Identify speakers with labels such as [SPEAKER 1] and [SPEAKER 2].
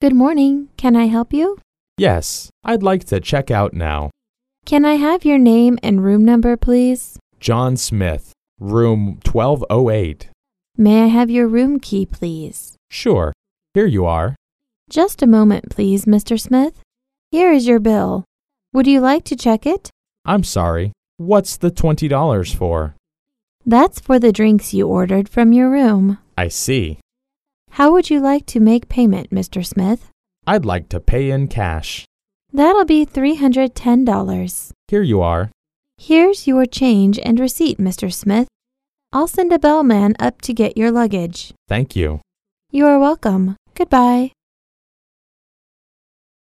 [SPEAKER 1] Good morning. Can I help you?
[SPEAKER 2] Yes, I'd like to check out now.
[SPEAKER 1] Can I have your name and room number, please?
[SPEAKER 2] John Smith, room 1208.
[SPEAKER 1] May I have your room key, please?
[SPEAKER 2] Sure, here you are.
[SPEAKER 1] Just a moment, please, Mr. Smith. Here is your bill. Would you like to check it?
[SPEAKER 2] I'm sorry, what's the $20 for?
[SPEAKER 1] That's for the drinks you ordered from your room.
[SPEAKER 2] I see.
[SPEAKER 1] How would you like to make payment, Mr. Smith?
[SPEAKER 2] I'd like to pay in cash.
[SPEAKER 1] That'll be $310.
[SPEAKER 2] Here you are.
[SPEAKER 1] Here's your change and receipt, Mr. Smith. I'll send a bellman up to get your luggage.
[SPEAKER 2] Thank you.
[SPEAKER 1] You are welcome. Goodbye.